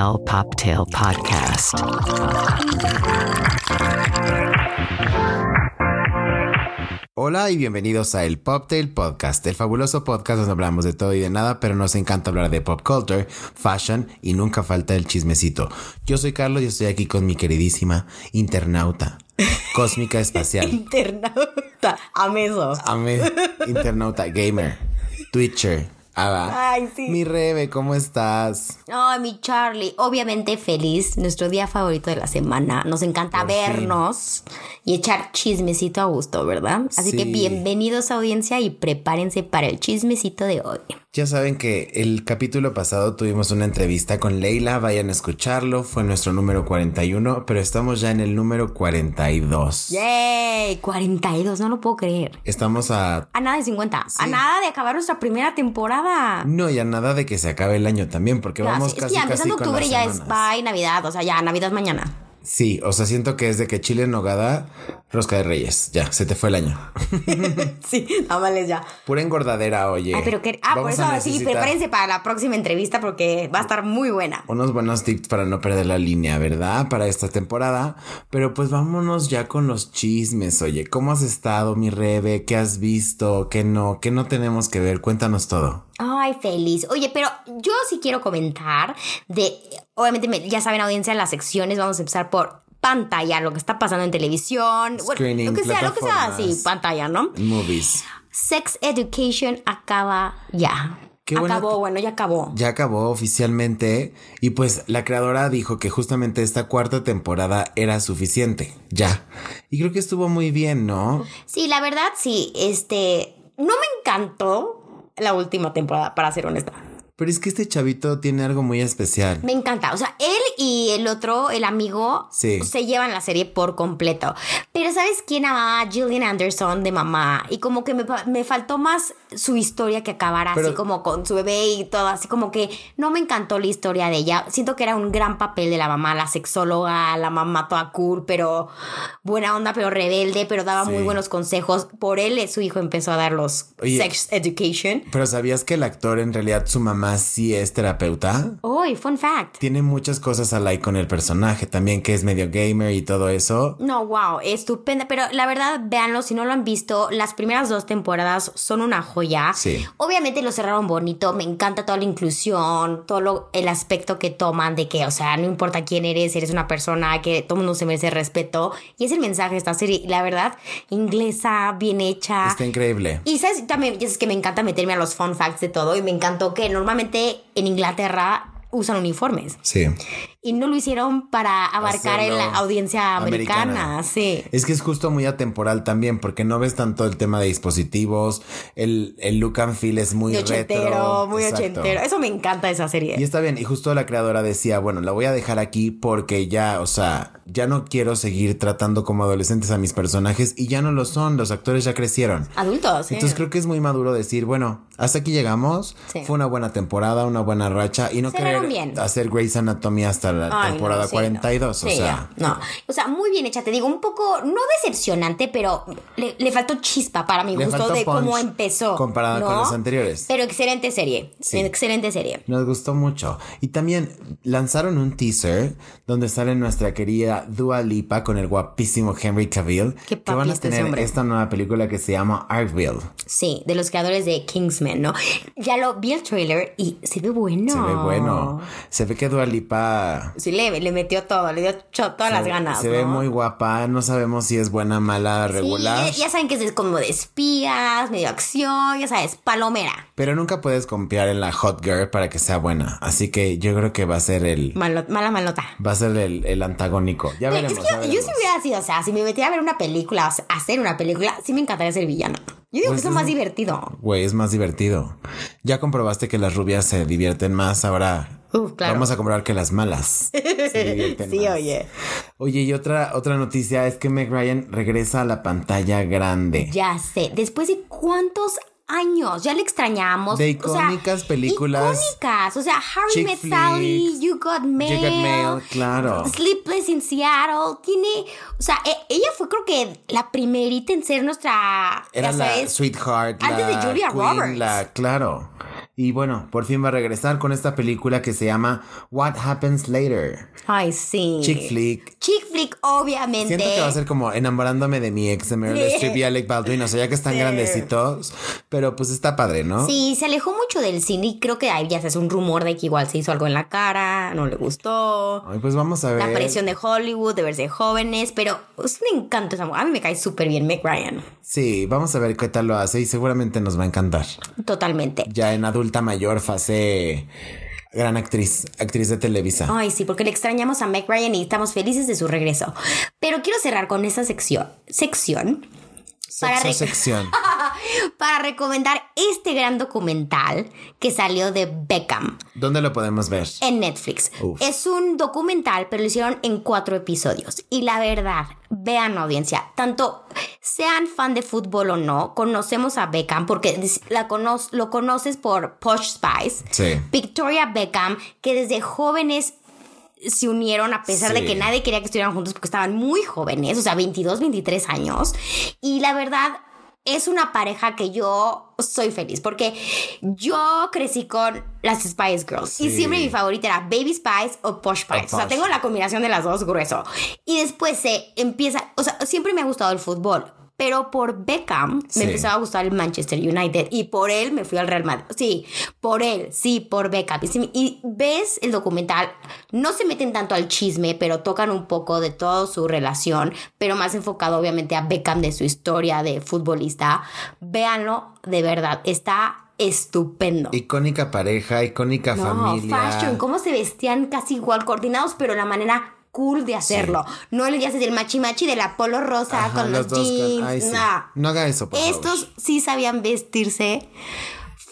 El Poptail Podcast. Hola y bienvenidos a El Poptail Podcast, el fabuloso podcast donde hablamos de todo y de nada, pero nos encanta hablar de pop culture, fashion y nunca falta el chismecito. Yo soy Carlos y estoy aquí con mi queridísima internauta, cósmica espacial, Internauta. Amé eso. ame- internauta, gamer, twitcher, Ava. Ay, sí. Mi Rebe, ¿cómo estás? Ay, mi Charlie. Obviamente feliz. Nuestro día favorito de la semana. Nos encanta Por fin. vernos y echar chismecito a gusto, ¿verdad? Así que Sí. bienvenidos audiencia y prepárense para el chismecito de hoy. Ya saben que el capítulo pasado tuvimos una entrevista con Leila, vayan a escucharlo, fue nuestro número 41, pero estamos ya en el número 42. ¡Yay! 42, no lo puedo creer. Estamos a... A nada de 50. A Sí. nada de acabar nuestra primera temporada. No, ya nada de que se acabe el año también, porque Ya, vamos sí, es que casi, ya casi empezando con octubre las ya es semanas. bye Navidad. O sea, ya Navidad mañana. Sí, o sea, siento que es de que Chile en nogada, rosca de reyes, ya, se te fue el año. Sí, tamales ya. Pura engordadera, oye. Ah, pero que, ah por Vamos eso a sí, necesitar prepárense para la próxima entrevista porque va a estar muy buena. Unos buenos tips para no perder la línea, ¿verdad? Para esta temporada. Pero pues vámonos ya con los chismes, oye. ¿Cómo has estado, mi Rebe? ¿Qué has visto? ¿Qué no? ¿Qué no tenemos que ver? Cuéntanos todo. Ay, feliz. Oye, pero yo sí quiero comentar de, obviamente me- ya saben audiencia, las secciones vamos a empezar por pantalla, lo que está pasando en televisión, Screening, bueno, lo que sea, lo que sea, plataformas. sí, pantalla, ¿no? Movies. Sex Education acaba ya. Qué bueno acabó, que- bueno, ya acabó. Ya acabó oficialmente y pues la creadora dijo que justamente esta cuarta temporada era suficiente, ya. Y creo que estuvo muy bien, ¿no? Sí, la verdad, sí, este, no me encantó la última temporada, para ser honesta. Pero es que este chavito tiene algo muy especial. Me encanta. O sea, él y el otro, el amigo, Sí. se llevan la serie por completo. Pero ¿sabes quién amaba? Gillian Anderson de mamá. Y como que me, fa- me faltó más su historia que acabara Pero- así como con su bebé y todo. Así como que no me encantó la historia de ella. Siento que era un gran papel de la mamá, la sexóloga, la mamá toda cool, pero buena onda, pero rebelde, pero daba Sí. muy buenos consejos. Por él, eh, su hijo empezó a dar los Oye. sex education. Pero ¿sabías que el actor en realidad su mamá sí es terapeuta? Uy, fun fact. Tiene muchas cosas al like con el personaje también, que es medio gamer y todo eso. No, wow, estupenda. Pero la verdad, véanlo, si no lo han visto, las primeras dos temporadas son una joya. Sí. Obviamente lo cerraron bonito, me encanta toda la inclusión, todo lo- el aspecto que toman de que, o sea, no importa quién eres, eres una persona que todo mundo se merece respeto. Y es el mensaje de esta serie, la verdad, inglesa, bien hecha. Está increíble. Y sabes, también ya sabes que me encanta meterme a los fun facts de todo y me encantó que normalmente en Inglaterra usan uniformes Sí. y no lo hicieron para abarcar en la Hacerlo audiencia americana. americana. sí. Es que es justo muy atemporal también, porque no ves tanto el tema de dispositivos, el, el look and feel es muy de ochentero, retro. muy Exacto. ochentero. Eso me encanta de esa serie. Y está bien, y justo la creadora decía, bueno, la voy a dejar aquí porque ya, o sea, ya no quiero seguir tratando como adolescentes a mis personajes y ya no lo son, los actores ya crecieron. Adultos, ¿eh? sí. Entonces creo que es muy maduro decir, bueno, hasta aquí llegamos, Sí. fue una buena temporada, una buena racha y no Cerraron querer bien. hacer Grey's Anatomy hasta la Ay, no, temporada sí, no. 42, o Sí, sea, No, o sea, muy bien hecha, te digo, un poco, no decepcionante, pero le, le faltó chispa para mi Le gusto faltó de cómo punch empezó. comparada con ¿no? las anteriores. Pero excelente serie, excelente serie. nos gustó mucho. Y también lanzaron un teaser donde sale nuestra querida Dua Lipa con el guapísimo Henry Cavill, Qué que van papi a está ese tener hombre. esta nueva película que se llama Artville. Sí, de los creadores de Kingsman, ¿no? Ya lo vi el trailer y se ve bueno. Se ve bueno. Se ve que Dua Lipa Sí, le, le metió todo, le dio cho- todas las se- ganas. se ve ¿no? muy guapa. No sabemos si es buena, mala, Sí, regular. ya- ya saben que es como de espías, medio acción, ya sabes, palomera. Pero nunca puedes confiar en la hot girl para que sea buena. Así que yo creo que va a ser el, Malo- mala malota. va a ser el, el antagónico. Ya Güey, veremos. es que ya yo, yo si veremos. hubiera sido, o sea, si me metiera a ver una película, o sea, a hacer una película, sí me encantaría ser villana. Yo digo Pues que eso es- es más divertido. Güey, es más divertido. Ya comprobaste que las rubias se divierten más. Ahora Uf, Uh, claro. vamos a comprobar que las malas se divierten Sí, más. oye. Oye, y otra, otra noticia es que Meg Ryan regresa a la pantalla grande. Ya sé, después de cuántos años, ya le extrañamos. De o sea, icónicas películas. Icónicas, o sea, Harry Chick Met Sally, flicks, You Got Mail. You Got Mail, claro. Sleepless in Seattle, tiene, o sea, e- ella fue creo que la primerita en ser nuestra, Era ya la sabes, sweetheart, Antes la de Julia queen, Roberts. la- claro. Y bueno, por fin va a regresar con esta película que se llama What Happens Later. Ay, sí. Chick flick. Chick flick, obviamente. Siento que va a ser como enamorándome de mi ex de Meryl Sí. Streep y Alec Baldwin, o sea, ya que están Sí. grandecitos, pero pues está padre, ¿no? Sí, se alejó mucho del cine y creo que ahí ya se hace un rumor de que igual se hizo algo en la cara, no le gustó. Ay, pues vamos a ver. La presión de Hollywood, de verse jóvenes, pero es un encanto esa mujer. A mí me cae súper bien Meg Ryan, Sí, vamos a ver qué tal lo hace y seguramente nos va a encantar. totalmente. Ya en adulta mayor, fase gran actriz, actriz de Televisa. Ay, sí, porque le extrañamos a Meg Ryan y estamos felices de su regreso. Pero quiero cerrar con esa sección, sección para Sexo rec- sección. para recomendar este gran documental que salió de Beckham. ¿Dónde lo podemos ver? en Netflix. Uf. Es un documental, pero lo hicieron en cuatro episodios. Y la verdad, vean audiencia, tanto sean fan de fútbol o no, conocemos a Beckham porque dis- la cono- lo conoces por Posh Spice. Sí. Victoria Beckham, que desde jóvenes se unieron a pesar de Sí. que nadie quería que estuvieran juntos porque estaban muy jóvenes, o sea, 22, 23 años. Y la verdad, es una pareja que yo soy feliz porque yo crecí con las Spice Girls y Sí. siempre mi favorita era Baby Spice o Posh Spice. O sea, Posh. tengo la combinación de las dos grueso. Y después se empieza, o sea, siempre me ha gustado el fútbol. Pero por Beckham me Sí. empezó a gustar el Manchester United y por él me fui al Real Madrid. Sí, por él, sí, por Beckham. Y, si- y ves el documental, no se meten tanto al chisme, pero tocan un poco de toda su relación, pero más enfocado obviamente a Beckham de su historia de futbolista. Véanlo, de verdad, está estupendo. Icónica pareja, icónica No, familia. fashion, cómo se vestían casi igual, coordinados, pero la manera cool de hacerlo. No el ya sabes, el machi machi del Apolo rosa Ajá, con los, los dos con- jeans. ay, sí. nah. No haga eso, por favor. Estos sí sabían vestirse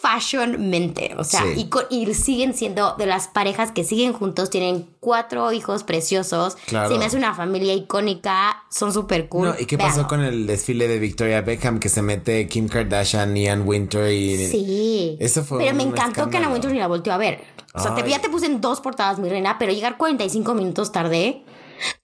fashionmente, o sea, Sí. y, co- y siguen siendo de las parejas que siguen juntos, tienen cuatro hijos preciosos, Claro. se me hace una familia icónica, son súper cool. No, ¿y qué Véanlo. pasó con el desfile de Victoria Beckham que se mete Kim Kardashian y Ann Winter y Sí. Eso fue Pero un me encantó que Ana escándalo. Wintour ni la volteó a ver. O sea, te, Ay. ya te puse en dos portadas, mi reina, pero llegar 45 minutos tarde.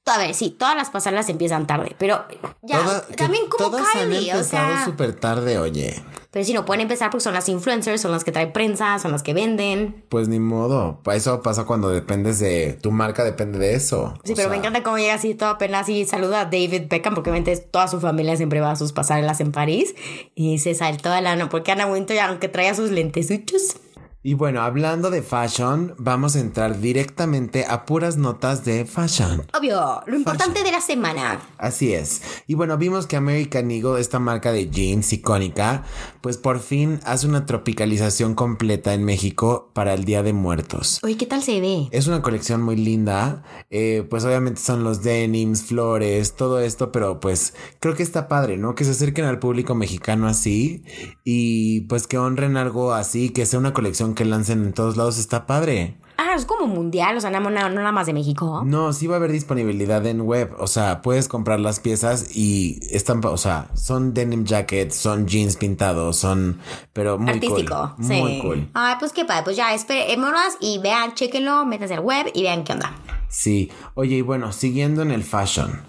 A ver, sí, todas las pasadas empiezan tarde, pero ya. Toda- que también como todas han Kylie, o empezado sea. súper tarde, oye. Pero si no pueden empezar porque son las influencers, son las que traen prensa, son las que venden. Pues ni modo. Pa- Eso pasa cuando dependes de tu marca, depende de eso. Sí, O pero sea, me encanta cómo llega así toda apenas y saluda a David Beckham porque obviamente toda su familia siempre va a sus pasarelas en París y se saltó de lana porque Ana Wintour, aunque traía sus lentesuchos, Y bueno, hablando de fashion, vamos a entrar directamente a puras notas de fashion. obvio, lo importante de la semana. Así es. Y bueno, vimos que American Eagle, esta marca de jeans icónica, pues por fin hace una tropicalización completa en México para el Día de Muertos. Oye, ¿qué tal se ve? Es una colección muy linda, eh, pues obviamente son los denims, flores, todo esto, pero pues creo que está padre, ¿no? Que se acerquen al público mexicano así y pues que honren algo así, que sea una colección que lancen en todos lados, está padre. Ah, es como mundial, o sea, no, no- no nada más de México. No, sí va a haber disponibilidad en web. O sea, puedes comprar las piezas y están, pa- o sea, son denim jackets, son jeans pintados, son, pero muy Artístico, cool. sí. Muy cool. Ay, pues qué padre, pues ya, esperémonos y vean, chequenlo, métanse al web y vean qué onda. Sí. Oye, y bueno, siguiendo en el fashion.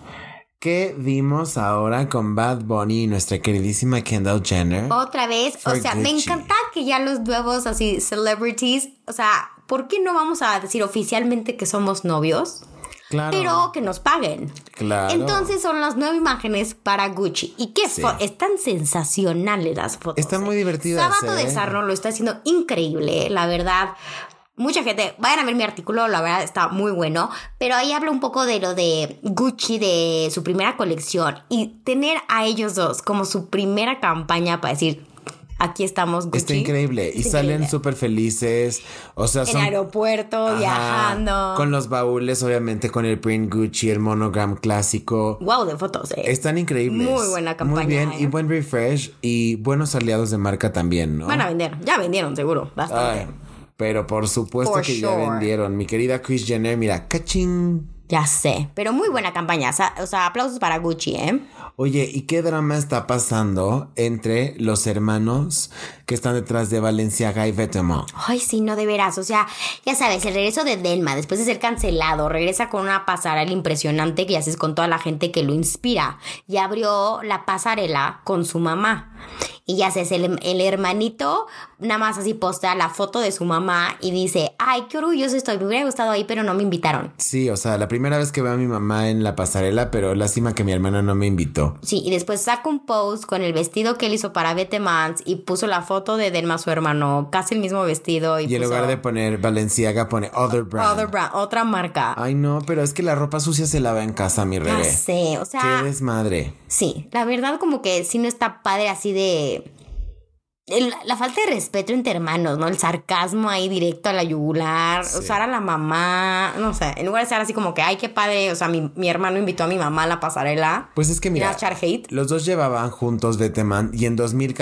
¿Qué vimos ahora con Bad Bunny y nuestra queridísima Kendall Jenner? Otra vez, o For sea, me Gucci. encanta que ya los nuevos así celebrities, o sea, ¿por qué no vamos a decir oficialmente que somos novios? claro. Pero que nos paguen. claro. Entonces son las nueve imágenes para Gucci. Y qué Sí. fo- están sensacionales las fotos. Están muy divertidas, Sábado ¿eh? de Sarno lo está haciendo increíble, la verdad. Mucha gente, vayan a ver mi artículo, la verdad está muy bueno, pero ahí habla un poco de lo de Gucci, de su primera colección y tener a ellos dos como su primera campaña para decir, aquí estamos Gucci. Está increíble. Y Está salen increíble. súper felices. O sea, En son. aeropuerto, Ajá. viajando. Con los baúles, obviamente, con el print Gucci, el monogram clásico. Wow, de fotos, eh. Están increíbles. Muy buena campaña, Muy bien, ¿eh? y buen refresh y buenos aliados de marca también, ¿no? Van a vender, ya vendieron seguro, bastante. Ay, pero por supuesto For que ya sure. vendieron. Mi querida Chris Jenner, mira, cachín. Ya sé, pero muy buena campaña. O sea, o sea, aplausos para Gucci, ¿eh? Oye, ¿y qué drama está pasando entre los hermanos que están detrás de Valenciaga y Vetements? Ay, sí, no de veras. O sea, ya sabes, el regreso de Delma, después de ser cancelado, regresa con una pasarela impresionante que haces con toda la gente que lo inspira. Y abrió la pasarela con su mamá. y ya sé, es el, el hermanito, nada más así postea la foto de su mamá y dice, ay, qué orgulloso estoy, me hubiera gustado ahí, pero no me invitaron. Sí, o sea, la primera vez que veo a mi mamá en la pasarela, pero lástima que mi hermana no me invitó. Sí, y después saca un post con el vestido que él hizo para Bete Mans y puso la foto de Denma, su hermano, casi el mismo vestido. Y, Y en puso lugar de poner Valenciaga, pone Other Brand. pues, Ah, other brand, otra marca. Ay, no, pero es que la ropa sucia se lava en casa, mi Ya rebe. sé, o sea, Qué desmadre. sí, la verdad como que sí no está padre así de... el- la falta de respeto entre hermanos, ¿no? El sarcasmo ahí directo a la yugular, usar a la mamá, no sé, en lugar de ser así como que, ay, qué padre, o sea, mi, mi hermano invitó a mi mamá a la pasarela. Pues es que Mira, mira, echar hate. los dos llevaban juntos Beteman y en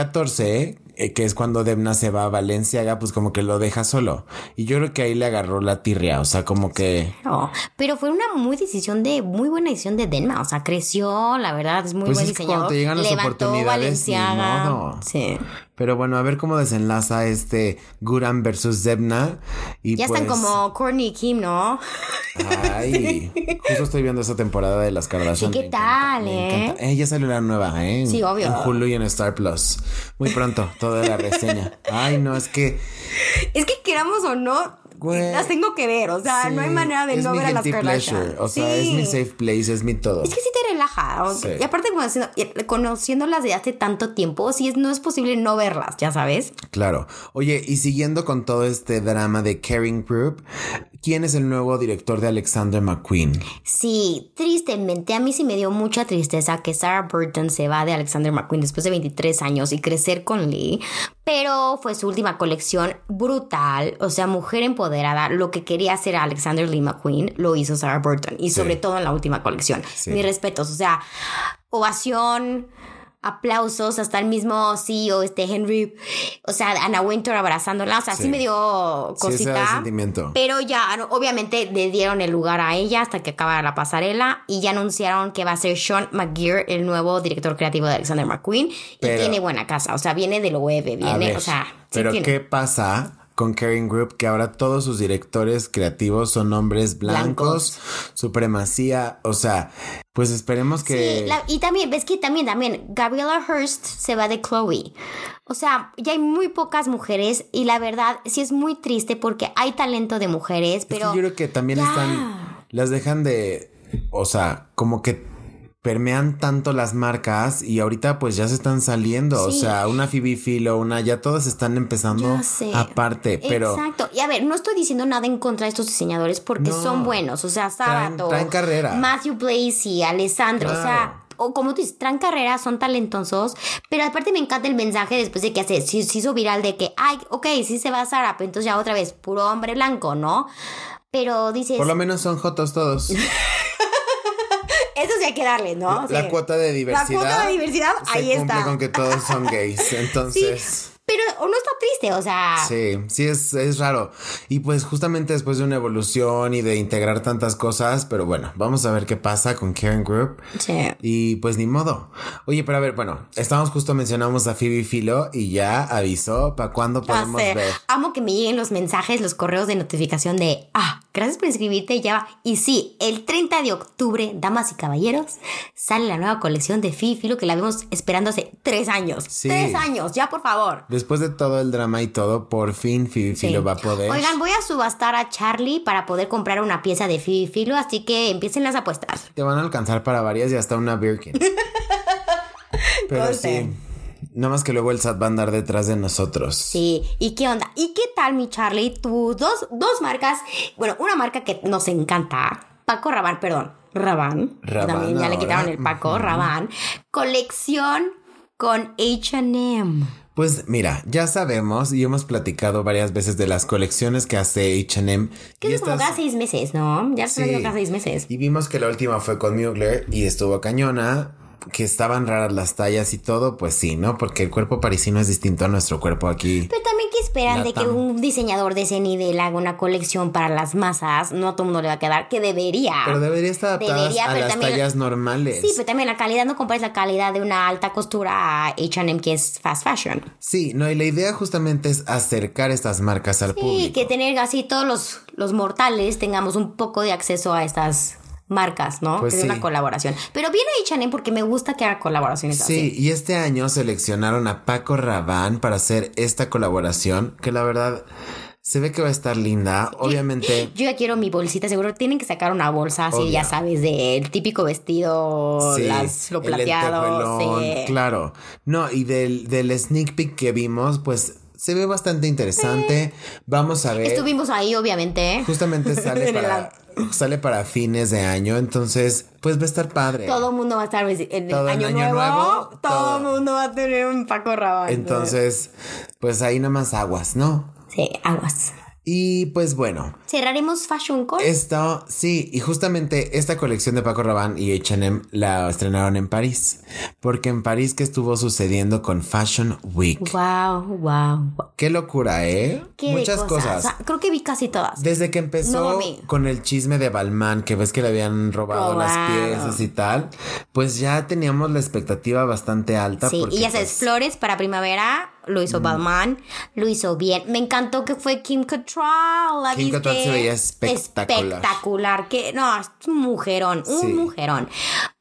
2014, eh, que es cuando Demna se va a Valenciaga, pues como que lo deja solo. Y yo creo que ahí le agarró la tirria, o sea, como que... No, pero fue una muy decisión de muy buena decisión de Denma, o sea, creció, la verdad es muy Pues buen es que diseñador. cuando te llegan las Levantó oportunidades, ni Balenciaga. modo. Sí. Pero bueno, a ver cómo desenlaza este Guran versus Demna. Y Ya están pues, como Courtney y Kim, ¿no? Ay, justo estoy viendo esa temporada de las Kardashian. Sí, ¿qué me encanta, tal, me eh? encanta. ya salió la nueva, ¿eh? Sí, obvio. En Hulu y en Star Plus. Muy pronto, toda la reseña. Ay, no, es que... Es que queramos o no, Güey. las tengo que ver, o sea, no hay sí, manera de es no mi ver a las guilty Kardashian. pleasure, O sea, es Sí. mi safe place, es mi todo. Es que sí te relaja. o- Sí. Y aparte, conociendo- y- conociéndolas de hace tanto tiempo, sí es, no es posible no verlas, ya sabes. Claro. Oye, y siguiendo con todo este drama de Caring Group, ¿quién es el nuevo director de Alexander McQueen? Sí, tristemente, a mí sí me dio mucha tristeza que Sarah Burton se va de Alexander McQueen después de 23 años y crecer con Lee, pero fue su última colección brutal, o sea, mujer empoderada, lo que quería hacer Alexander Lee McQueen lo hizo Sarah Burton y sobre todo en la última colección. Sí. Mis respetos, o sea, ovación. Aplausos hasta el mismo CEO, este Henry, o sea, Anna Winter abrazándola, o sea, sí, Sí. me dio Sí, ese cosita. era el sentimiento. Pero ya, no, obviamente, le dieron el lugar a ella hasta que acabara la pasarela y ya anunciaron que va a ser Sean McGear el nuevo director creativo de Alexander McQueen. y Pero- tiene buena casa, o sea, viene de lo web, A viene, ver, o sea, sí pero tiene- ¿qué pasa con Caring Group que ahora todos sus directores creativos son hombres blancos, supremacía, o sea, pues esperemos que Sí, la- y también, ves que también, también, Gabriela Hearst se va de Chloe. O sea, ya hay muy pocas mujeres y la verdad sí es muy triste porque hay talento de mujeres, Es que pero... yo creo que también Ya. están las dejan de o sea, como que permean tanto las marcas y ahorita pues ya se están saliendo, o Sí. sea, una Phoebe Philo, una ya todas están empezando Ya sé. aparte, pero Exacto. Y a ver, no estoy diciendo nada en contra de estos diseñadores porque No. son buenos. O sea, Traen- Sábato. traen carrera. Matthew Blaise, Alessandro. O Claro. sea. O como tú dices, traen carrera, son talentosos, pero aparte me encanta el mensaje después de que hace, se, se hizo viral de que, ay, ok, sí se va a Sara, pero entonces ya otra vez, puro hombre blanco, ¿no? Pero dices, por lo menos son jotos todos. eso sí hay que darle, ¿no? La Sí. cuota de La diversidad. cuota de diversidad, se ahí cumple está. con que todos son gays. Sí, Ah. Entonces. pero uno está triste, o sea, Sí, sí, es, es raro. Y pues justamente después de una evolución y de integrar tantas cosas, pero bueno, vamos a ver qué pasa con Karen Group. sí. Y pues ni modo. Oye, pero a ver, bueno, estamos justo mencionamos a Phoebe Philo y ya avisó para cuándo Ya podemos sé. ver. Amo que me lleguen los mensajes, los correos de notificación de, ah, gracias por inscribirte, ya va. Y sí, el 30 de octubre, damas y caballeros, sale la nueva colección de Fifilo que la vemos esperando hace tres años. Sí. Tres años, ya por favor. Después de todo el drama y todo, por fin Phoebe Sí. Philo va a poder. Oigan, voy a subastar a Charlie para poder comprar una pieza de Fifilo, así que empiecen las apuestas. Te van a alcanzar para varias y hasta una Birkin. Pero sí. Conste. Nada más que luego el SAT va a andar detrás de nosotros. Sí, ¿y qué onda? ¿Y qué tal, mi Charlie? Tú, dos, dos marcas, bueno, una marca que nos encanta, Paco Rabanne, perdón, Rabanne, Rabanne también ya le ahora. quitaron el Paco Rabanne, colección con H&M. Pues mira, ya sabemos y hemos platicado varias veces de las colecciones que hace HM. Que y es como estas- cada seis meses, ¿no? Ya se Sí. cada seis meses. Y vimos que la última fue con Mugler y estuvo cañona, que estaban raras las tallas y todo, pues sí, ¿no? Porque el cuerpo parisino es distinto a nuestro cuerpo aquí. Pero también que esperan de que Latam. un diseñador de ese nivel haga una colección para las masas, no a todo el mundo le va a quedar, que debería. Pero debería estar adaptadas Debería, a pero las también- tallas normales. Sí, pero también la calidad, no compares la calidad de una alta costura a H&M que es fast fashion. Sí, no, y la idea justamente es acercar estas marcas al Y público. que tener así todos los, los mortales tengamos un poco de acceso a estas marcas, ¿no? Pues que es sí. una colaboración. Pero viene ahí Chanel porque me gusta que haga colaboraciones Sí, así. y este año seleccionaron a Paco Rabán para hacer esta colaboración, que la verdad se ve que va a estar linda. Obviamente, Yo ya quiero mi bolsita, seguro tienen que sacar una bolsa así, Obvio. ya sabes, del típico vestido, sí, las, lo el plateado. lentejuelón, sí. Claro. No, y del, del sneak peek que vimos, pues se ve bastante interesante. Vamos a ver. Estuvimos ahí, obviamente. ¿eh? Justamente sale En el para, sale para fines de año, entonces pues va a estar padre. Todo el mundo va a estar visi- en el Todo en año, Año nuevo, Nuevo, todo. Todo el mundo va a tener un Paco Rabanne. Entonces, pues ahí nada más aguas, ¿no? Sí, aguas. Y pues bueno, Cerraremos Fashion Con. Esto, sí, y justamente esta colección de Paco Rabanne y H&M la estrenaron en París, porque en París que estuvo sucediendo con Fashion Week. Wow, wow, wow. Qué locura, ¿eh? Qué de Muchas cosas. O sea, creo que vi casi todas. Desde que empezó No, mami. con el chisme de Balmain, que ves que le habían robado, las Robado. piezas y tal, pues ya teníamos la expectativa bastante alta. Sí, porque, y ya sabes, pues, flores para primavera, lo Mm. hizo Balmain, lo hizo bien. Me encantó que fue Kim Cattrall, ¿la Kim viste? Cattrall se veía espectacular. Espectacular, que no, es un mujerón, un Sí. mujerón.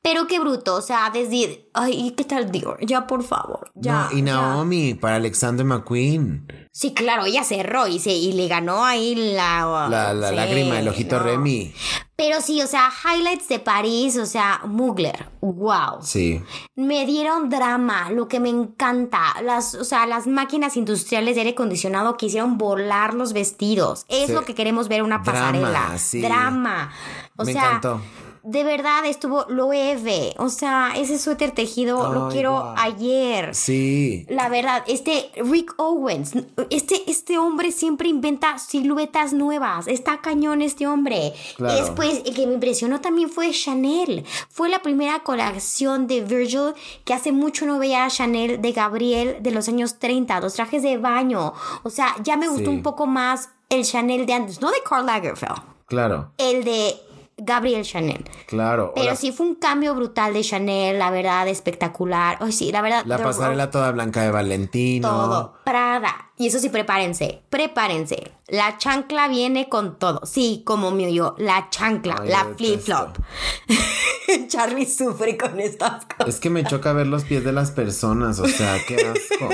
Pero qué bruto, o sea, desde, ay, ¿y ¿qué tal Dior? Ya, por favor, ya. no, y ya. Naomi para Alexander McQueen. Sí, claro, ella cerró y, se, y le ganó ahí la... La, la sí, lágrima, el ojito no. Remy. Pero sí, o sea, highlights de París, o sea, Mugler, wow. Sí. Me dieron drama, lo que me encanta. Las, o sea, las máquinas industriales de aire acondicionado que hicieron volar los vestidos. Es Sí. lo que queremos ver en una Drama, pasarela. sí. Drama. O Me sea, encantó. de verdad estuvo loeve. O sea, ese suéter tejido lo Ay, quiero guau. ayer. Sí. La verdad, este Rick Owens, este, este hombre siempre inventa siluetas nuevas. Está cañón este hombre. Claro. Y después, el que me impresionó también fue Chanel. Fue la primera colección de Virgil que hace mucho no veía a Chanel de Gabriel de los años 30, los trajes de baño. O sea, ya me gustó Sí. un poco más el Chanel de antes, no de Karl Lagerfeld, Claro, el de Gabriel Chanel. claro. O Pero la- sí fue un cambio brutal de Chanel, la verdad, espectacular. Ay, sí, la verdad. La The pasarela toda blanca de Valentino. todo. Prada. Y eso sí, prepárense, prepárense. La chancla viene con todo. Sí, como mío yo, la chancla, Ay, la yo flip-flop. Charlie sufre con estas cosas. Es que me choca ver los pies de las personas, o sea, qué asco.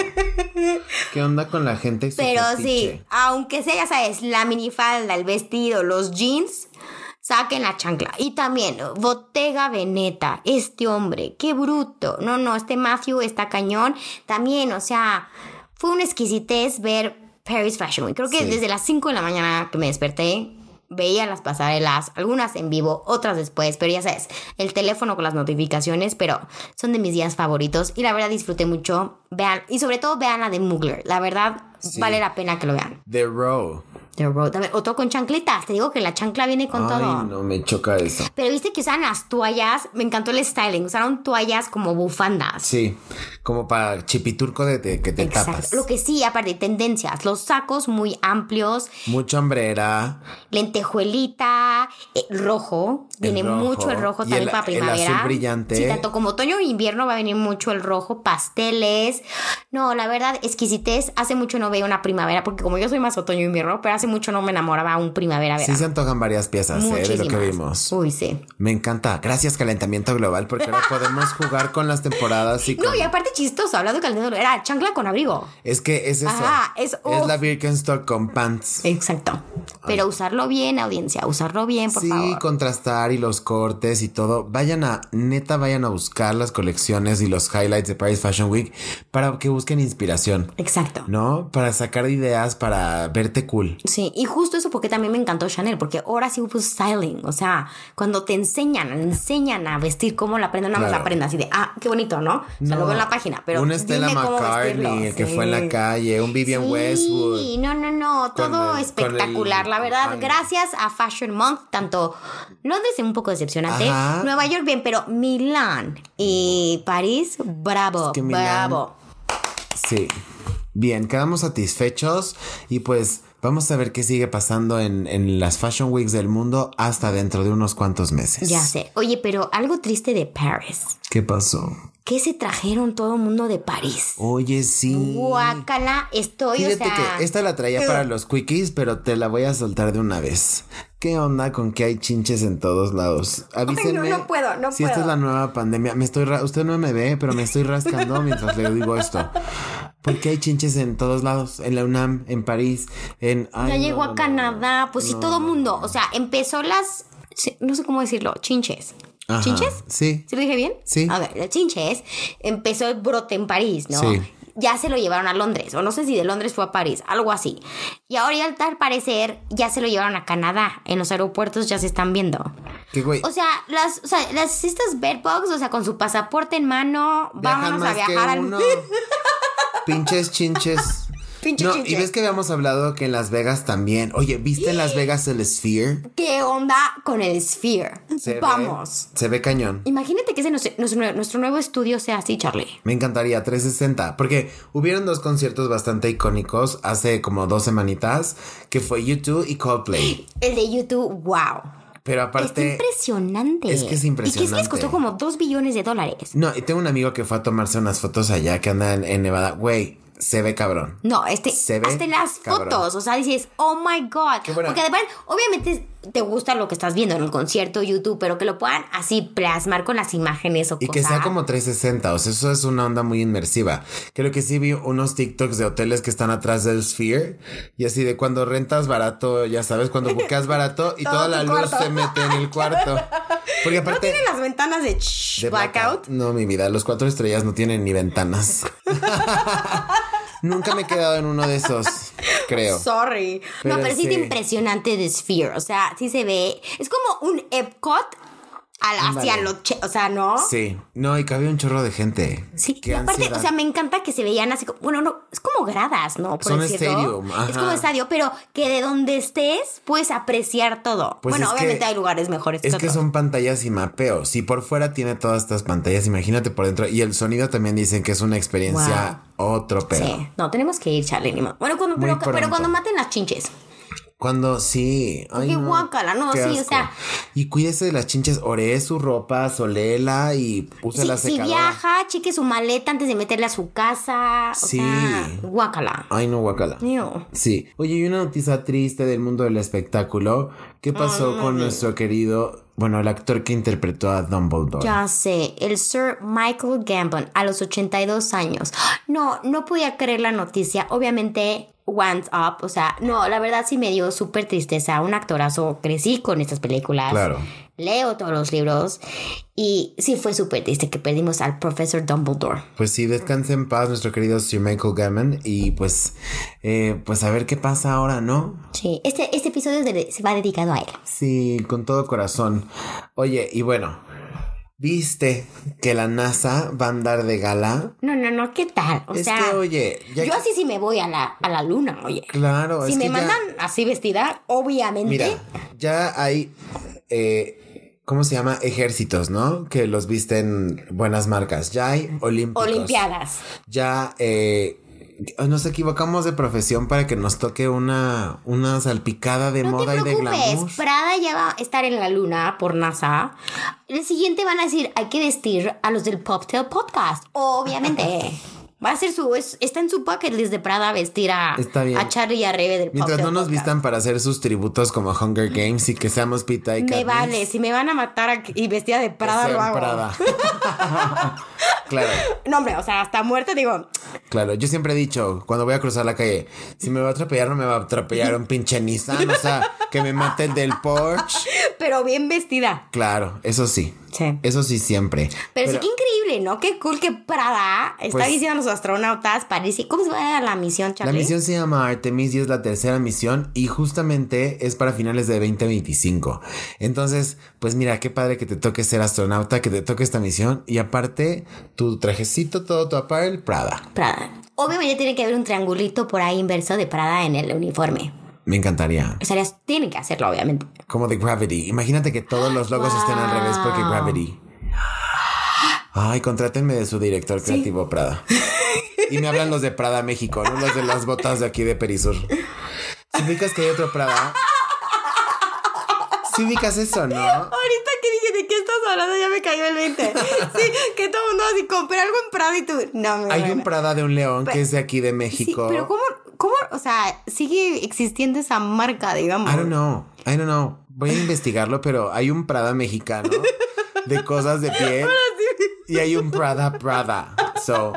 ¿Qué onda con la gente? y su Pero sí, fetiche? aunque sea, ya sabes, la minifalda, el vestido, los jeans, saquen la chancla. Y también, Bottega Veneta, este hombre, qué bruto. No, no, este Matthew está cañón. También, o sea, fue una exquisitez ver Paris Fashion Week. Creo que Sí. desde las 5 de la mañana que me desperté, veía las pasarelas, algunas en vivo, otras después, pero ya sabes, el teléfono con las notificaciones, pero son de mis días favoritos y la verdad disfruté mucho. Vean, y sobre todo vean la de Mugler, la verdad Sí. vale la pena que lo vean. The Row. The Road, a ver, otro con chancletas, te digo que la chancla viene con Ay, todo. no, me choca eso. Pero viste que usaron las toallas, me encantó el styling, usaron toallas como bufandas. Sí, como para chipiturco de, de que te Exacto. tapas. Lo que sí, aparte, tendencias, los sacos muy amplios, Mucha hombrera. lentejuelita, eh, rojo, El viene rojo. mucho el rojo Y también el- para el azul primavera. brillante. Sí, tanto como otoño e invierno va a venir mucho el rojo, pasteles. No, la verdad, exquisitez. Hace mucho no veía una primavera, porque como yo soy más otoño e invierno, pero hace mucho no me enamoraba un primavera-verano. Sí se antojan varias piezas eh, de lo que Muchísimas. vimos. Uy, sí. Me encanta. Gracias, calentamiento global, porque ahora podemos jugar con las temporadas y con... No, y aparte chistoso, hablando de calentador, era chancla con abrigo. Es que es eso. Ajá, es- es uf. la Birkenstock con pants. Exacto. Pero usarlo bien, audiencia, usarlo bien, por sí, favor. contrastar y los cortes y todo. Vayan a, neta, vayan a buscar las colecciones y los highlights de Paris Fashion Week para que busquen inspiración, Exacto. ¿no? Para sacar ideas, para verte cool. Sí, y justo eso porque también me encantó Chanel, porque ahora sí hubo styling, o sea, cuando te enseñan, enseñan a vestir cómo la prenda, nada más Claro. la prenda, así de, ah, qué bonito, ¿no? O No, sea, lo veo en la página, pero Una Stella dime cómo McCartney vestirlo, que sí. fue en la calle, un Vivian Sí, Westwood. no, no, no, Con todo el- espectacular, con el- la verdad, Ajá. gracias a Fashion Month, tanto Londres un poco decepcionante, Ajá. Nueva York bien, pero Milán y París, bravo, Es que Milán- bravo. Sí. Bien, quedamos satisfechos y pues vamos a ver qué sigue pasando en, en las Fashion Weeks del mundo hasta dentro de unos cuantos meses. Ya sé. Oye, pero algo triste de París. ¿Qué pasó? ¿Qué se trajeron todo el mundo de París? Oye, sí. Guácala, estoy, Fíjate o sea. que esta la traía para los quickies, pero te la voy a soltar de una vez. ¿Qué onda con que hay chinches en todos lados? Avísenme. no puedo, no si esta es puedo. la nueva pandemia, me estoy ra- usted no me ve, pero me estoy rascando mientras le digo esto. Porque hay chinches en todos lados, en la UNAM, en París, en ay, ya no, llegó no, a no. Canadá, pues sí, todo mundo. O sea, empezó las. sí, No sé cómo decirlo, chinches. Ajá, ¿Chinches? Sí. ¿Sí lo dije bien? Sí. A ver, las chinches. Empezó el brote en París, ¿no? Sí. Ya se lo llevaron a Londres, o no sé si de Londres fue a París, algo así. Y ahora, ya al tal parecer, ya se lo llevaron a Canadá. En los aeropuertos ya se están viendo. Qué güey. O sea, las, o sea, las estas bedbugs, o sea, con su pasaporte en mano, Viajan vámonos a más que viajar al uno. Pinches chinches. Pinches no, y chinches. ves que habíamos hablado que en Las Vegas también. Oye, ¿viste en Las Vegas el Sphere? ¿Qué onda con el Sphere? Se ve- Vamos. se ve cañón. Imagínate que ese nuestro, nuestro- nuestro nuevo estudio sea así, Charlie. Me encantaría 360, porque hubieron dos conciertos bastante icónicos hace como dos semanitas, que fue YouTube y Coldplay. El de YouTube, wow. Pero Está aparte... impresionante. es que es Y que sí les impresionante. costó como 2 billones de dólares. No, y tengo un amigo que fue a tomarse unas fotos allá que anda en, en Nevada. Güey, se ve cabrón. No, este, Se ve hasta en las cabrón. fotos, o sea, dices, oh my god. Qué buena. Porque además, obviamente te gusta lo que estás viendo en el concierto, YouTube, pero que lo puedan así plasmar con las imágenes o Y que cosas. sea como 360, o sea, eso es una onda muy inmersiva. Creo que sí vi unos TikToks de hoteles que están atrás del Sphere y así de cuando rentas barato, ya sabes, cuando buscas barato y Todo toda tu la luz cuarto. se mete en el cuarto. Porque aparte... Tiene las ventanas de, shh, de blackout. No, mi vida, los cuatro estrellas no tienen ni ventanas. Nunca me he quedado en uno de esos, creo. Sorry. Pero no, pero sí, es sí. impresionante de Sphere. O sea, sí se ve. Es como un Epcot al, hacia Ándale. lo che- O sea, ¿no? Sí, no, y cabía un chorro de gente. Sí, Qué y aparte, ansiedad. o sea, me encanta que se veían así como, bueno, no, es como gradas, ¿no? Por Son decirlo. stadium, ajá. Es como estadio, pero que de donde estés puedes apreciar todo. Pues bueno, es que- obviamente hay lugares mejores Es que otros. son pantallas y mapeo. Si por fuera tiene todas estas pantallas, imagínate por dentro. Y el sonido también dicen que es una experiencia otro pedo. Sí, no, tenemos que ir, Charlie. ni modo. Bueno, cuando, Muy pero, pero pronto. cuando maten las chinches. Cuando sí. Ay, Qué no, guácala, no, qué sí, o asco. sea- Y cuídese de las chinches, oree su ropa, solela y use Si, la si secadora. viaja, cheque su maleta antes de meterla a su casa. O Sí. Ah. sea, guácala. Ay, no, guacala. Ew. Sí. Oye, y una noticia triste del mundo del espectáculo. ¿Qué pasó con nuestro querido, bueno, el actor que interpretó a Dumbledore? Ya sé, el Sir Michael Gambon a los 82 años. No, no podía creer la noticia. Obviamente, once up. O sea, no, la verdad sí me dio súper tristeza. Un actorazo, crecí con estas películas. Claro. Leo todos los libros. Y sí fue súper triste que perdimos al profesor Dumbledore. Pues sí, descanse en paz nuestro querido Sir Michael Gammon. Y pues, eh, pues a ver qué pasa ahora, ¿no? Sí, este, este episodio es de- se va dedicado a él. Sí, con todo corazón. Oye, y bueno, ¿viste que la NASA va a andar de gala? No, no, no, ¿qué tal? O es sea, que, oye, ya yo que- así sí me voy a la, a la luna, oye. claro, si es me que ya- mandan ¿eh? así vestida, obviamente. Mira, ya hay, eh, ¿cómo se llama? Ejércitos, ¿no? Que los visten buenas marcas. Ya hay olímpicos. Olimpiadas. Ya, eh, nos equivocamos de profesión para que nos toque una, una salpicada de No te moda y de glamour. preocupes, Prada ya va a estar en la luna por NASA. El siguiente van a decir, hay que vestir a los del Poptail Podcast. Obviamente. Va a ser su, es- está en su bucket list de Prada vestir a, Está bien. a Charlie y a Rebe del Mientras Poptail no nos Podcast. vistan para hacer sus tributos como Hunger Games y que seamos Pita y Mm. Me Katniss, vale, si me van a matar aquí- y vestida de que Prada lo sean hago. Prada. claro, No, hombre, o sea, hasta muerte digo, claro. Yo siempre he dicho, cuando voy a cruzar la calle, si me va a atropellar, no me va a atropellar un pinche Nissan. O sea, que me mate el del Porsche. pero bien vestida. Claro, eso sí. Sí. Eso sí siempre. Pero, sí, qué increíble, ¿no? Qué cool que Prada está Pues- diciendo a los astronautas para decir, ¿cómo se va a la misión, La Charlie? misión se llama Artemis y es la tercera misión y justamente es para finales de 2025. Entonces, pues mira, qué padre que te toque ser astronauta, que te toque esta misión y aparte tu trajecito, todo tu apparel Prada. Prada. Obviamente tiene que haber un triangulito por ahí inverso de Prada en el uniforme. Me encantaría. O sea, las- tienen que hacerlo, obviamente. Como de Gravity. Imagínate que todos los logos estén al revés porque Wow. Gravity. Ay, contrátenme de su director creativo Prada. Y me hablan los de Prada México, no los de las botas de aquí de Perisur. ¿Suplicas que hay otro Prada? Si ubicas eso, ¿no? Ahorita que dije, ¿de qué estás hablando? Ya me cayó el 20. Sí, que todo el mundo así, compré algo en Prada y tú, no, me Hay un Prada de un león que es de aquí de Sí, México. pero ¿cómo, ¿cómo, o sea, sigue existiendo esa marca, digamos? I don't know. I don't know. Voy a investigarlo, pero hay un Prada mexicano de cosas de piel y hay un Prada Prada. So,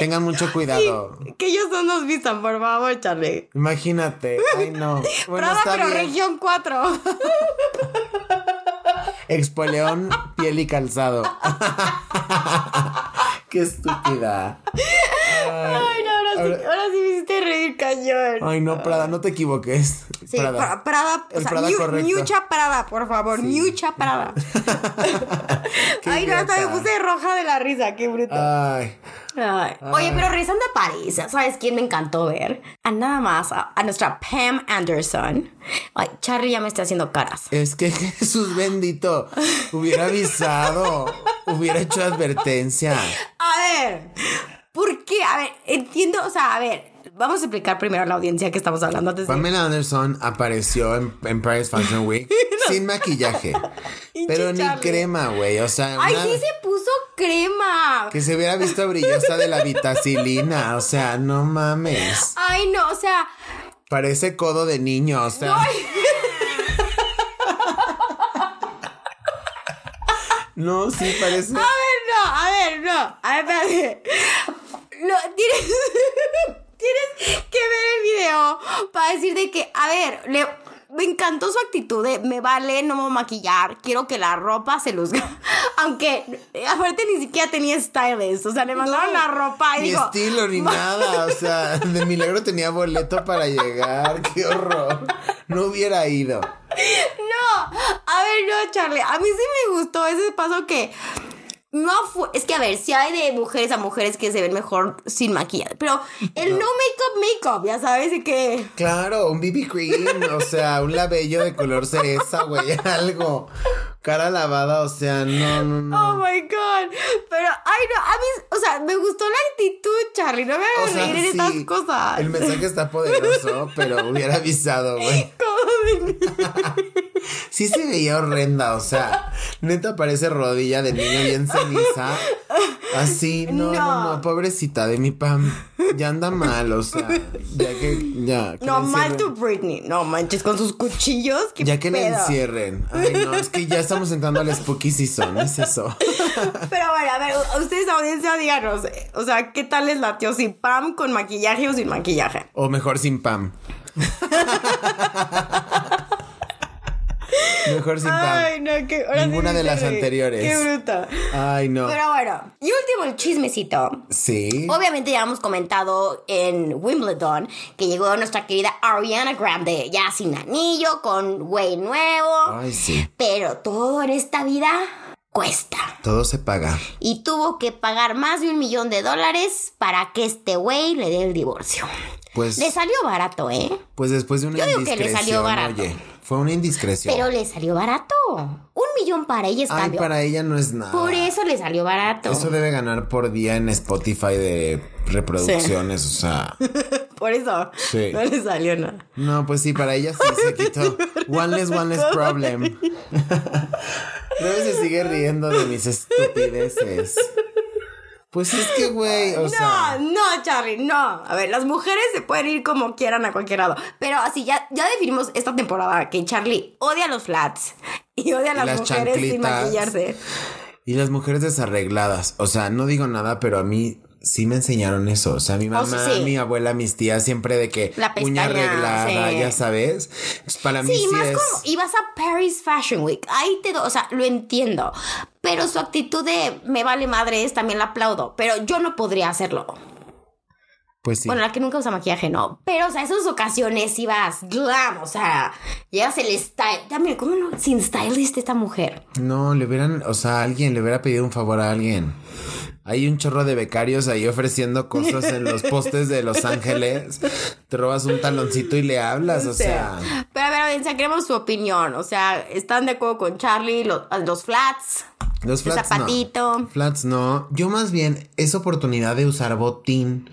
tengan mucho cuidado. Que ellos no nos vistan, por favor, Charlie. Imagínate. Ay, no. Bueno, Prada, está pero bien. región 4. Expo León, piel y calzado. Qué estúpida. Ay, no, ahora, sí, Ahora- ahora sí me hiciste reír cañón. Ay, no, Prada, no te equivoques. Sí, Prada. Prada, Prada o El sea, Prada Ñu- correcto. Ñucha Prada, por favor, Ñucha Prada. Qué Ay, no, hasta me idiota. Ah. puse roja de la risa, qué bruto. Ay. Ay. Ah. Oye, pero regresando a París, ¿sabes quién me encantó ver? A nada más, a, a nuestra Pam Anderson. Ay, Charlie ya me está haciendo caras. Es que Jesús bendito hubiera avisado, hubiera hecho advertencia. A ver, ¿por qué? A ver, entiendo, o sea, a ver, vamos a explicar primero a la audiencia que estamos hablando antes de... Pamela Anderson apareció en, en Paris Fashion Week sin maquillaje, Hinche pero ni Charlie. crema, güey. O sea, Ay, una- sí se puso crema. que se hubiera visto brillosa de la vitacilina. O sea, no mames. Ay, no, o sea, Parece codo de niño, o sea. No, sí, parece. A ver, no, a ver, no. A ver, espérate. No, tienes, tienes que ver el video para decir de que, a ver, le- me encantó su actitud de me vale, no me voy a maquillar, quiero que la ropa se luzca. Aunque, eh, aparte, ni siquiera tenía stylist. O sea, le mandaron la ropa y Ni digo, estilo ni nada, o sea, de milagro tenía boleto para llegar, qué horror. No hubiera ido. No, a ver, no, Charlie. A mí sí me gustó ese paso que. No fue. Es que a ver, si hay de mujeres a mujeres que se ven mejor sin maquillaje. Pero el no, make-up, make-up, ya sabes, de que. Claro, un BB cream, o sea, un labello de color cereza, güey, algo. Cara lavada, o sea, no, no, no. Oh my god. Pero, ay, no, a mí, o sea, me gustó la actitud, Charlie. No me O hagas sea, reír en sí, estas cosas. El mensaje está poderoso, pero hubiera avisado, güey. Como de- Sí se veía horrenda, o sea, neta parece rodilla de niño bien ceniza. Así, no, no, No. no, pobrecita de mi Pam. Ya anda mal, o sea, ya que, ya. que No, la mal encierren. tu Britney. No manches, con sus cuchillos. ¿qué Ya que le pedo? encierren. Ay, no, es que ya estamos entrando al spooky season, es eso. Pero bueno, a ver, u- ustedes audiencia díganos, eh, o sea, ¿qué tal les latió si Pam con maquillaje o sin maquillaje? O mejor sin Pam. mejor sin Ay, Pam. no, que ahora sí Ninguna me de hice las reír. anteriores. Qué bruta. Ay, no. Pero bueno, y último el chismecito. Sí. Obviamente ya hemos comentado en Wimbledon que llegó nuestra querida Ariana Grande, ya sin anillo, con güey nuevo. Ay, sí. Pero todo en esta vida cuesta. Todo se paga. Y tuvo que pagar más de un millón de dólares para que este güey le dé el divorcio. Pues, Le salió barato, ¿eh? pues después de una Yo digo que le indiscreción. salió barato. Oye, fue una indiscreción. Pero le salió barato. Un millón para ella es Ay, cambio. para ella no es nada. Por eso le salió barato. Eso debe ganar por día en Spotify de reproducciones, o sea. Por eso. Sí. No le salió nada. No, pues sí, para ella sí se quitó. One less, one less problem. Luego se sigue riendo de mis estupideces. Pues es que, güey, o No, sea. no, Charlie, no. A ver, las mujeres se pueden ir como quieran a cualquier lado. Pero así, ya, ya definimos esta temporada que Charlie odia los flats y odia a las, las mujeres sin chanclitas. maquillarse. Y las mujeres desarregladas. O sea, no digo nada, pero a mí sí me enseñaron eso. O sea, mi mamá, Oh, sí. mi abuela, mis tías, siempre de que La uña pestaña, arreglada, sí. ya sabes. Entonces, para mí Sí, sí más es. como ibas a Paris Fashion Week. Ahí te do- o sea, lo entiendo. Pero su actitud de me vale madre es también la aplaudo. Pero yo no podría hacerlo. Pues sí. Bueno, la que nunca usa maquillaje, no. Pero, o sea, esas ocasiones ibas glam, o sea, llevas el style. También, ¿cómo no? Sin stylist esta mujer. No, le hubieran, o sea, alguien le hubiera pedido un favor a alguien. Hay un chorro de becarios ahí ofreciendo cosas en los postes de Los Ángeles. Te robas un taloncito y le hablas, o sea. Pero a ver, audiencia, queremos su opinión. O sea, Ah, ¿están de acuerdo con Charlie? Los, los flats. Los El flats zapatito. no. Flats no. Yo más bien es oportunidad de usar botín,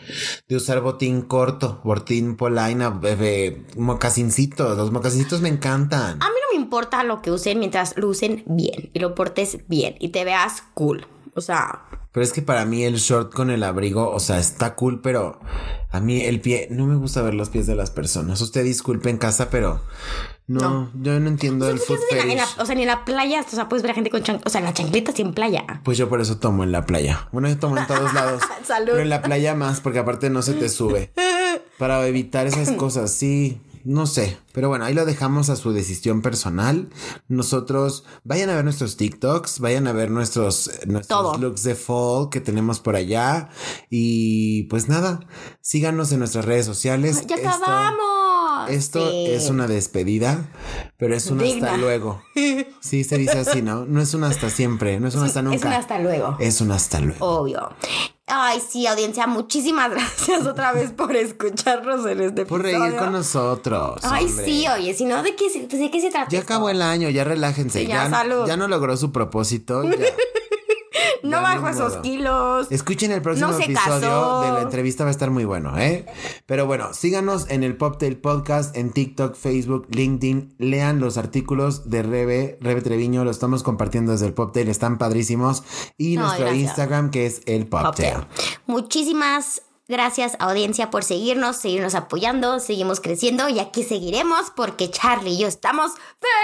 de usar botín corto, botín polaina, bebé, mocasincitos. Los mocasincitos me encantan. A mí no me importa lo que usen mientras lo usen bien y lo portes bien y te veas cool. O sea, Pero es que para mí el short con el abrigo, o sea, está cool, pero a mí el pie, no me gusta ver los pies de las personas. Usted disculpe en casa, pero no, yo no entiendo el pues, ¿qué food haces en la- en la- fetish. o sea, ni en la playa, o sea, puedes ver a gente con chancletas, o sea, en las chancletas y en playa. Pues yo por eso tomo en la playa. Bueno, yo tomo en todos lados. Salud. Pero en la playa más, porque aparte no se te sube. Para evitar esas cosas, sí. No sé, pero bueno, ahí lo dejamos a su decisión personal. Nosotros, vayan a ver nuestros TikToks, vayan a ver nuestros, nuestros Todo. looks de fall que tenemos por allá. Y pues nada, síganos en nuestras redes sociales. ¡Ya Esto- acabamos! Esto Sí. es una despedida, pero es un Digna. hasta luego. Sí, se dice así, ¿no? No es un hasta siempre, no es un hasta nunca. Es un hasta luego. Es un hasta luego. Obvio. Ay, sí, audiencia, muchísimas gracias otra vez por escucharnos en este Por episodio. reír con nosotros. Ay, hombre. sí, oye, si no, ¿de qué, se- pues, ¿de qué se trata? Ya esto? acabó el año, ya relájense. Sí, ya, ya, salud. ya no logró su propósito. ya. No ya, bajo ni esos modo. kilos. Escuchen el próximo No se episodio casó. de la entrevista, va a estar muy bueno, ¿eh? Pero bueno, síganos en el Poptail Podcast, en TikTok, Facebook, LinkedIn. Lean los artículos de Rebe, Rebe Treviño, los estamos compartiendo desde el Poptail, están padrísimos. Y No, nuestro gracias. Instagram, que es el Poptail. Cocktail. Muchísimas gracias, audiencia, por seguirnos, seguirnos apoyando. Seguimos creciendo y aquí seguiremos porque Charlie y yo estamos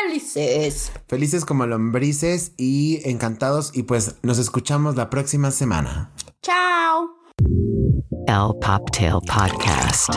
felices. Felices como lombrices y encantados. Y pues nos escuchamos la próxima semana. Chao. L Poptail Podcast.